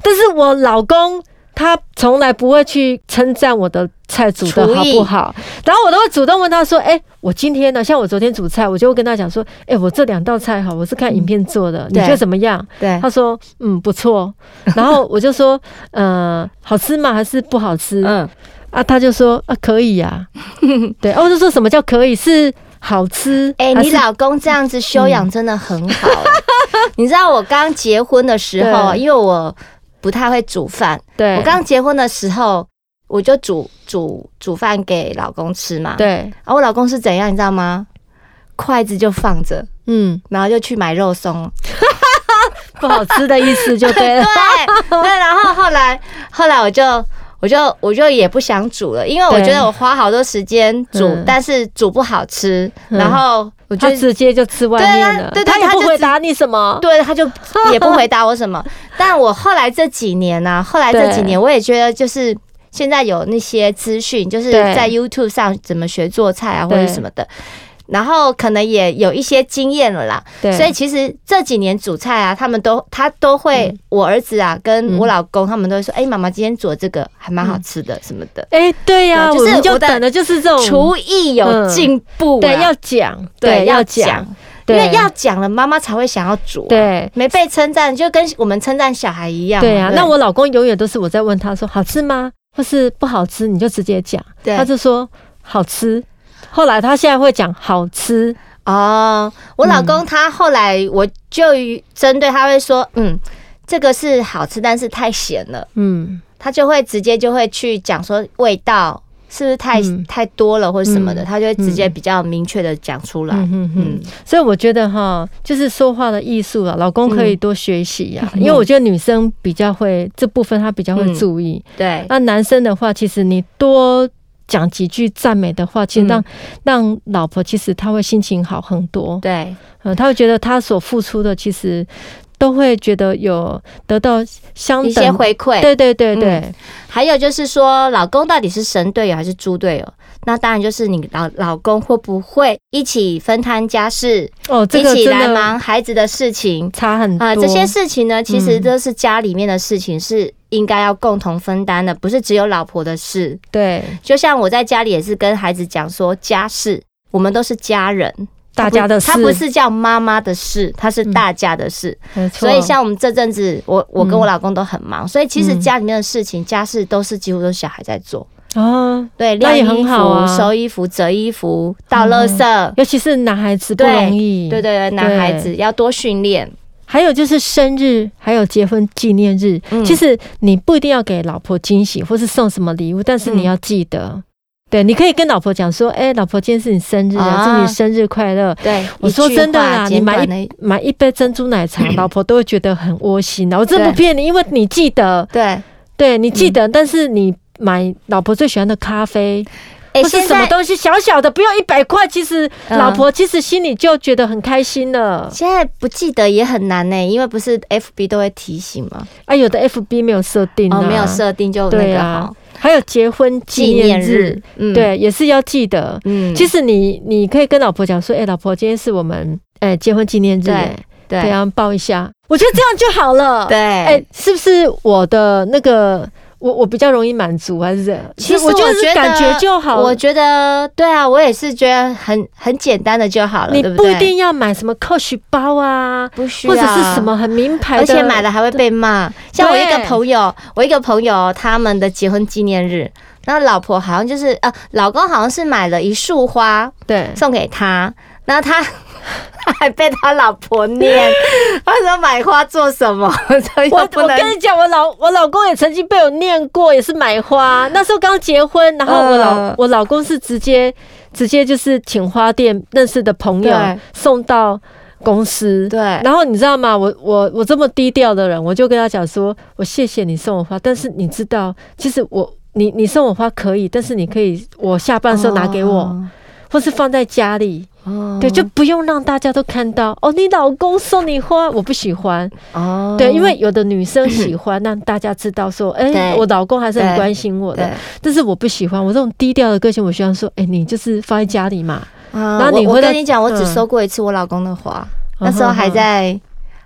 S8: 但是我老公他从来不会去称赞我的菜煮的好不好，然后我都会主动问他说：“哎、我今天呢，像我昨天煮菜，我就会跟他讲说，哎、我这两道菜哈，我是看影片做的，你
S2: 嗯对
S8: 觉得怎么样？”
S2: 对
S8: 他说：“嗯，不 错。”然后我就说：“呃，好吃吗？还是不好吃？”
S2: 嗯，
S8: 啊，他就说：“啊，可以 呀、对，啊，我就说什么叫可以是好吃？
S2: 哎、
S8: 还
S2: 你
S8: 是嗯
S2: 老公这样子修养真的很好、欸 你知道我刚结婚的时候啊，
S8: 对
S2: 因为我不太会煮饭，
S8: 对，
S2: 我刚结婚的时候我就煮煮煮饭给老公吃嘛。，
S8: 对，
S2: 然后我老公是怎样，你知道吗？筷子就放着，
S8: 嗯，
S2: 然后就去买肉松。。
S8: 不好吃的意思就对了
S2: 对，啊对，然后后来后来我就我就我就也不想煮了，因为我
S8: 对
S2: 觉得我花好多时间煮
S8: 嗯，
S2: 但是煮不好吃，
S8: 嗯
S2: 然后我就
S8: 他直接就吃外面了，
S2: 啊对对对啊
S8: 他也
S2: 他
S8: 不
S2: 就
S8: 回
S2: 直
S8: 答你什么。
S2: 对，啊他就也不回答我什 么。但我后来这几年呢、后来这几
S8: 对
S2: 年我也觉得就是。现在有那些资讯，就是
S8: 对
S2: 在 YouTube 上怎么学做菜啊，或者
S8: 对
S2: 什么的，然后可能也有一些经验了啦。
S8: 对
S2: 所以其实这几年煮菜啊，他们都他都会，我儿子啊跟
S8: 嗯
S2: 我老公他们都会说，哎、妈妈今天煮的这个还蛮好吃的、什么的，
S8: 哎、对呀、
S2: 对就是
S8: 我们
S2: 我
S8: 就
S2: 的
S8: 等的就是这种
S2: 厨艺有
S8: 嗯
S2: 进步啊、
S8: 对要讲，
S2: 对
S8: 要
S2: 要讲，，因
S8: 对
S2: 为要讲啊了，妈妈才会想要煮、啊。
S8: 对。
S2: 没被称赞，就跟我们称赞小孩一样嘛。
S8: 对啊，那我老公永远都是我在问他说好吃吗，或是不好吃，你就直接讲，
S2: 对
S8: 他就说好吃。后来他现在会讲好吃，
S2: 哦，我
S8: 嗯
S2: 老公他后来我就针对他会说，嗯，这个是好吃，但是太咸了，
S8: 嗯，
S2: 他就会直接就会去讲说味道是不是太、
S8: 嗯
S2: 太多了或者什么的，
S8: 嗯
S2: 他就会直接比较明确的讲出来。
S8: 嗯哼哼
S2: 嗯，
S8: 所以我觉得哈，就是说话的艺术啊，老公可
S2: 嗯
S8: 以多学习呀、因为我觉得女生比较会这部分，她比较会
S2: 嗯
S8: 注意，
S2: 对，
S8: 那男生的话，其实你多讲几句赞美的话，其实让、
S2: 嗯
S8: 让老呃婆其实她会心情好很多，
S2: 对，
S8: 嗯，她会觉得她所付出的其实。都会觉得有得到相
S2: 一
S8: 等
S2: 些回馈。
S8: 对对对对，
S2: 嗯还有就是说，老公到底是神队友还是猪队友？那当然就是你老老公会不会一起分摊家事，
S8: 哦，这个
S2: 一起
S8: 真
S2: 来
S8: 的
S2: 忙孩子的事情
S8: 差很多。嗯
S2: 啊、这些事情呢，其实都是家里面的事情，是应该要共同分担的，不是只有老婆的事。
S8: 对
S2: 就像我在家里也是跟孩子讲说，家事我们都是家人，
S8: 大家的事，嗯
S2: 他不是叫妈妈的事，他是大家的事。
S8: 没错，
S2: 所以像我们这阵子，我我跟我老公都很忙，所以其实
S8: 嗯
S2: 家里面的事情、家事都是几乎都是小孩在做。
S8: 哦，
S2: 对，
S8: 那
S2: 晾
S8: 也
S2: 衣
S8: 很
S2: 服、
S8: 好啊嗯
S2: 收衣服、折衣服、倒垃圾，
S8: 尤其是男孩子不
S2: 对
S8: 容易，
S2: 对对对，男孩子要多训练。
S8: 还有就是生日，还有结婚纪念日。
S2: 嗯
S8: 其实你不一定要给老婆惊喜，或是送什么礼物，但是
S2: 嗯
S8: 你要记得，对，你可以跟老婆讲说：“哎、老婆，今天是你生日啊，
S2: 啊
S8: 祝你生日快乐。”
S2: 对，
S8: 我说真的啦，你买
S2: 一
S8: 一买一杯珍珠奶 茶，老婆都会觉得很窝心的。我真的不骗你，因为你记得，
S2: 对，哎、
S8: 对你记得，但是你买老婆最喜欢的咖啡，或是
S2: 现
S8: 什么
S2: 在
S8: 东西小小的，不用一百块，其实
S2: 嗯
S8: 老婆其实心里就觉得很开心了。
S2: 现在不记得也很难呢、因为不是 FB 都会提醒吗？
S8: 啊，有的 FB 没有设定、啊，
S2: 哦，没有设定就那
S8: 对
S2: 个
S8: 啊
S2: 好，
S8: 还有结婚纪念日，，
S2: 嗯，
S8: 对，也是要记得。
S2: 嗯，
S8: 其实你你可以跟老婆讲说，哎、老婆，今天是我们哎、结婚纪念日，
S2: 对
S8: 哎
S2: 对
S8: 对啊，抱一下，我觉得这样就好了。
S2: 对，，
S8: 哎、是不是我的那个我我比较容易满足还是怎样？
S2: 其实
S8: 我
S2: 我
S8: 就
S2: 觉
S8: 是
S2: 得
S8: 感觉就好，
S2: 我觉得对啊，我也是觉得很很简单的就好了，
S8: 你
S2: 对不
S8: 不
S2: 对？
S8: 一定要买什么 Coach 包啊，
S2: 不需要
S8: 或者是什么很名牌的，
S2: 而且买了还会被骂。像我一个
S8: 对
S2: 朋友，我一个朋友他们的结婚纪念日，然后老婆好像就是呃，老公好像是买了一束花
S8: 对。
S2: 送给他，然后他 还被他老婆念， 他说买花做什么？ 所以
S8: 我
S2: 又不
S8: 我
S2: 能
S8: 跟你讲，我老我老公也曾经被我念过，也是买 花。那时候刚结婚，然后我老、
S2: 嗯
S8: 我老公是直接直接就是请花店认识的朋友
S2: 对
S8: 送到公司。
S2: 对
S8: 然后你知道吗？我我我这么低调的人，我就跟他讲说，我谢谢你送我花，但是你知道，其实我。你你送我花可以，但是你可以我下班的时候拿给我，或是放在家里，
S2: 哦
S8: 对，就不用让大家都看到哦。你老公送你花，我不喜欢，
S2: 哦
S8: 对，因为有的女生喜欢让大家知道 说，哎、
S2: 对
S8: 我老公还是很关心我
S2: 对
S8: 的，，但是我不喜欢我这种低调的个性，我希望说，哎、你就是放在家里 嘛，
S2: 然
S8: 后你
S2: 啊我
S8: 会
S2: 我
S8: 在
S2: 跟你讲，我只
S8: 嗯
S2: 收过一次我老公的花，那时候还在。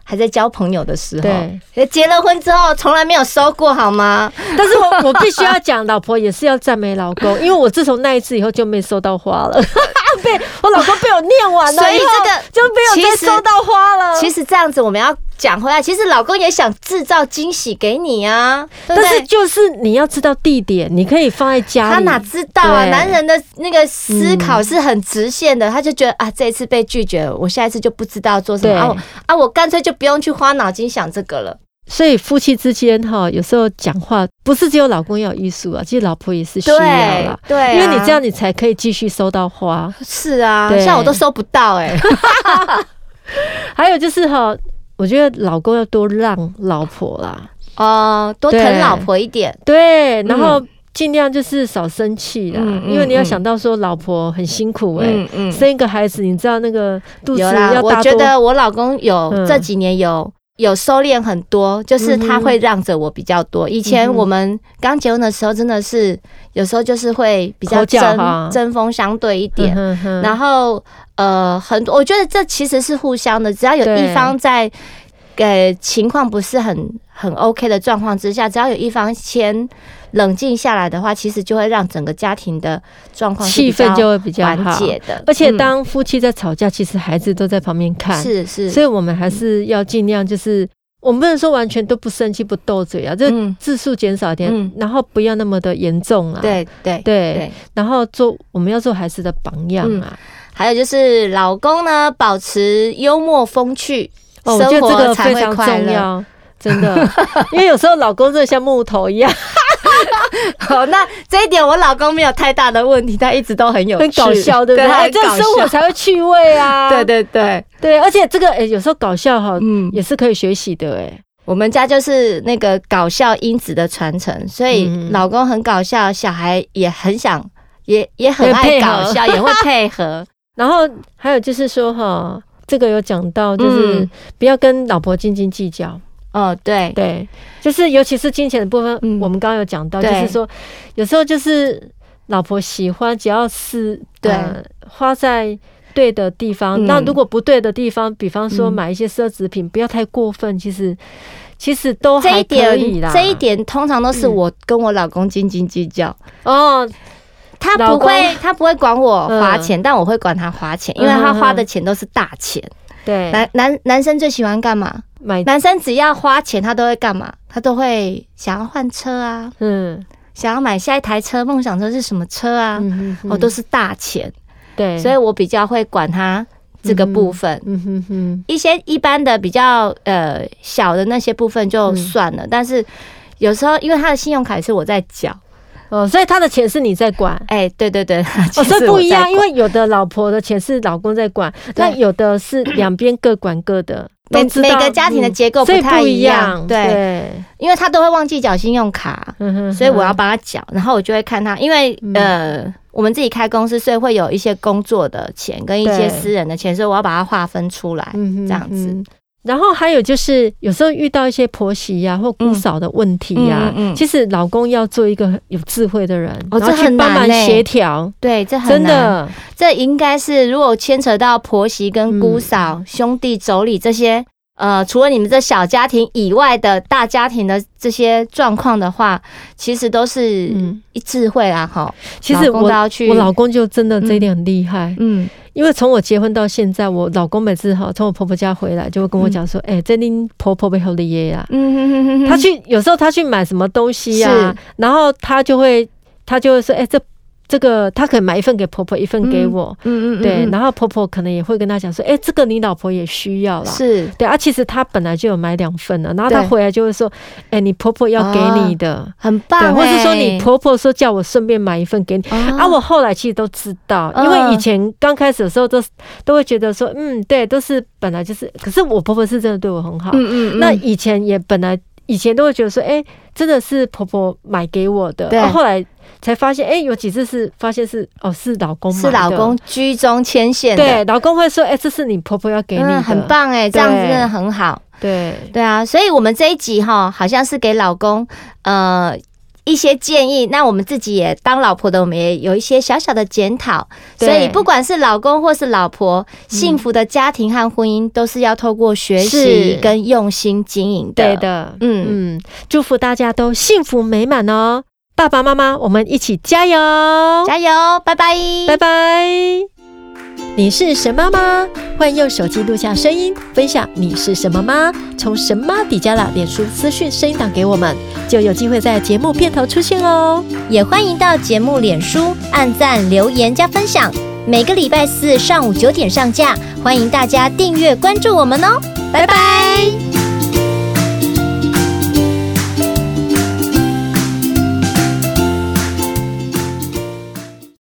S2: 还在交朋友的时候，
S8: 对
S2: 结了婚之后从来没有收过，好吗？
S8: 但 是我我必须要讲，老婆也是要赞美老公，因为我自从那一次以后就没收到花了， 被我老公被我念完了，
S2: 啊所以
S8: 以后
S2: 这个
S8: 就没有再
S2: 其实
S8: 收到花了。
S2: 其实这样子我们要讲回来，其实老公也想制造惊喜给你啊，对不
S8: 但是
S2: 对？
S8: 就是你要知道地点，你可以放在家里。
S2: 他哪知道啊？
S8: 对
S2: 男人的那个思考是很直线的，他就觉得啊，这一次被拒绝了，我下一次就不知道做什么
S8: 对
S2: 啊我啊，我干脆就不用去花脑筋想这个了。
S8: 所以夫妻之间哈，有时候讲话不是只有老公要有艺术啊，其实老婆也是需要
S2: 对
S8: 啦。
S2: 对啊，
S8: 因为你这样，你才可以继续收到 花。
S2: 是啊，
S8: 对
S2: 像我都收不到哎、
S8: 还有就是哈，我觉得老公要多让老婆啦，
S2: 哦，多疼
S8: 对
S2: 老婆一点，
S8: 对，然后尽量就是少生气啦，
S2: 嗯嗯
S8: 因为你要想到说老婆很辛苦哎、
S2: 嗯嗯，
S8: 生一个孩子，你知道那个肚子
S2: 有啦
S8: 要。
S2: 我
S8: 大
S2: 觉
S8: 多，
S2: 得我老公有、
S8: 嗯
S2: 这几年有有收敛很多，就是他会让着我比较多。以
S8: 嗯
S2: 前我们刚结婚的时候，真的是有时候就是会比较
S8: 口角
S2: 针
S8: 哈
S2: 针锋相对一点。
S8: 嗯哼
S2: 然后呃，很多我觉得这其实是互相的，只要有
S8: 对
S2: 一方在呃情况不是很很 OK 的状况之下，只要有一方先冷静下来的话，其实就会让整个家庭的状况是比
S8: 气
S2: 较
S8: 氛就会比较
S2: 缓
S8: 好。
S2: 解的。
S8: 而且
S2: 嗯
S8: 当夫妻在吵架，其实孩子都在旁边看，
S2: 是是，
S8: 所以我们还是要尽量就是。我们不能说完全都不生气、不斗嘴啊，就
S2: 嗯
S8: 字数减少一点，
S2: 嗯
S8: 然后不要那么的严重啊。
S2: 对对
S8: 对，
S2: 对，
S8: 然后做我们要做孩子的榜样啊。
S2: 还有就是老公呢，保持幽默风趣，
S8: 哦，我觉得这
S2: 嗯生活
S8: 个
S2: 才
S8: 非
S2: 会
S8: 常
S2: 快
S8: 重
S2: 乐。
S8: 要，真的，因为有时候老公真的像木头一样，
S2: 哦好，哦那这一点我老公没有太大的问题，他一直都很有
S8: 很
S2: 趣
S8: 搞笑，对不对？
S2: 他
S8: 哎
S2: 很
S8: 这样
S2: 搞
S8: 生活
S2: 笑。
S8: 才会趣味啊。
S2: 对对对，
S8: 对，而且这个哎，有时候搞笑哈，
S2: 嗯
S8: 也是可以学习的哎。
S2: 我们家就是那个搞笑因子的传承，所以
S8: 嗯
S2: 老公很搞笑，小孩也很想，也也很
S8: 也配
S2: 爱
S8: 合
S2: 搞笑，也会配合。
S8: 然后还有就是说哈，这个有讲到，就是
S2: 嗯
S8: 不要跟老婆斤斤计较。
S2: 哦，对，
S8: 对，就是尤其是金钱的部分，
S2: 嗯
S8: 我们刚刚有讲到，就
S2: 对
S8: 是说有时候就是老婆喜欢，只要是
S2: 对
S8: 呃花在对的地方，
S2: 嗯
S8: 那如果不对的地方，比方说
S2: 嗯
S8: 买一些奢侈品，不要太过分，其实其实都
S2: 这
S8: 还
S2: 一
S8: 可以
S2: 点
S8: 啦。
S2: 这一点通常都是我跟我老公斤斤计较，
S8: 哦，
S2: 他
S8: 老
S2: 不
S8: 公嗯
S2: 会他不会管我花钱，但我会管他花钱，因为他花的钱都是大钱。
S8: 嗯对，
S2: 男男男生最喜欢干嘛？
S8: 买
S2: 男生只要花钱，他都会干嘛？他都会想要换车啊，
S8: 嗯
S2: 想要买下一台车，梦想车是什么车啊？
S8: 嗯
S2: 哦，都
S8: 是
S2: 是大钱，
S8: 对，
S2: 所以我比较会管他这个部分。
S8: 嗯哼哼，
S2: 一些一般的比较呃小的那些部分就
S8: 嗯
S2: 算了，但是有时候因为他的信用卡也是我在缴，
S8: 哦，所以他的钱是你在管。
S2: 哎、对对 对，
S8: 哦，所以不一样，因
S2: 为
S8: 为有的老婆的钱是老公在管，
S2: 对
S8: 那有的是两边各管各的，
S2: 每
S8: 都知道嗯
S2: 每个家庭的结构
S8: 所以
S2: 太
S8: 不一
S2: 样，对，
S8: 对，
S2: 因为他都会忘记缴信用卡，
S8: 嗯哼
S2: 所以我要帮他缴，然后我就会看他，因为、
S8: 嗯
S2: 呃。我们自己开公司，所以会有一些工作的钱跟一些
S8: 对
S2: 私人的钱，所以我要把它划分出来，
S8: 嗯
S2: 这样子。
S8: 嗯然后还有就是，有时候遇到一些婆媳呀、或姑嫂的问题呀、
S2: 嗯嗯嗯嗯
S8: 其实老公要做一个有智慧的人，
S2: 哦
S8: 然后
S2: 这
S8: 去
S2: 很
S8: 帮
S2: 难
S8: 忙
S2: 欸
S8: 协调，
S2: 对，这很
S8: 真
S2: 难
S8: 的，
S2: 这应该是如果牵扯到婆媳跟姑嫂、
S8: 嗯
S2: 兄弟妯娌这些，呃，除了你们这小家庭以外的大家庭的这些状况的话，其实都是
S8: 嗯
S2: 一智慧啦，哈、
S8: 其实
S2: 老公
S8: 我
S2: 都要去
S8: 我老公就真的这一点很厉害，
S2: 嗯，
S8: 因为从我结婚到现在，我老公每次哈从我婆婆家回来就会跟我讲说，哎、这您婆婆背后的耶呀、
S2: 嗯哼哼哼哼
S8: 他去有时候他去买什么东西呀、
S2: 是
S8: 然后他就会他就会说，哎、这这个他可以买一份给婆婆，一份给我，
S2: 嗯嗯嗯，
S8: 对，
S2: 嗯
S8: 然后婆婆可能也会跟他讲说，哎、这个你老婆也需要啦。
S2: 是
S8: 对啊，其实他本来就有买两份了，然后
S2: 对
S8: 他回来就会说：“哎、你婆婆要给你的，
S2: 很棒、
S8: 对，
S2: 欸，
S8: 或是说你婆婆说叫我顺便买一份给你。”
S2: 啊
S8: 啊，我后来其实都知道，
S2: 嗯
S8: 因为以前刚开始的时候都是都会觉得说，嗯，对，都是本来就是，可是我婆婆是真的对我很好。
S2: 嗯嗯，
S8: 那
S2: 嗯
S8: 以前也本来以前都会觉得说，哎、真的是婆婆买给我的，
S2: 对
S8: 啊后来才发现，哎、有几次是发现是哦是老公买
S2: 是
S8: 的
S2: 老公。居中牵线的，
S8: 对，老公会说：“哎、这是你婆婆要给你的，
S2: 嗯，很。棒哎、这样子
S8: 对
S2: 真的很好。”
S8: 对，
S2: 对啊，所以我们这一集哈，好像是给老公呃一些建议。那我们自己也当老婆的，我们也有一些小小的检讨。
S8: 对
S2: 所以不管是老公或是老婆，幸福的家庭和婚姻都是要透过学习
S8: 是
S2: 跟用心经营的。
S8: 对，的，
S2: 嗯
S8: 嗯嗯，祝福大家都幸福美满哦！爸爸妈妈，我们一起加油！
S2: 加油，拜拜，
S8: 拜拜。你是神妈吗？欢迎用手机录下声音，分享你是什么妈。从神妈底加拉脸书私讯声音档给我们，就有机会在节目片头出现哦。
S2: 也欢迎到节目脸书按赞、留言、加分享。每个礼拜四上午九点上架，欢迎大家订阅关注我们哦，拜拜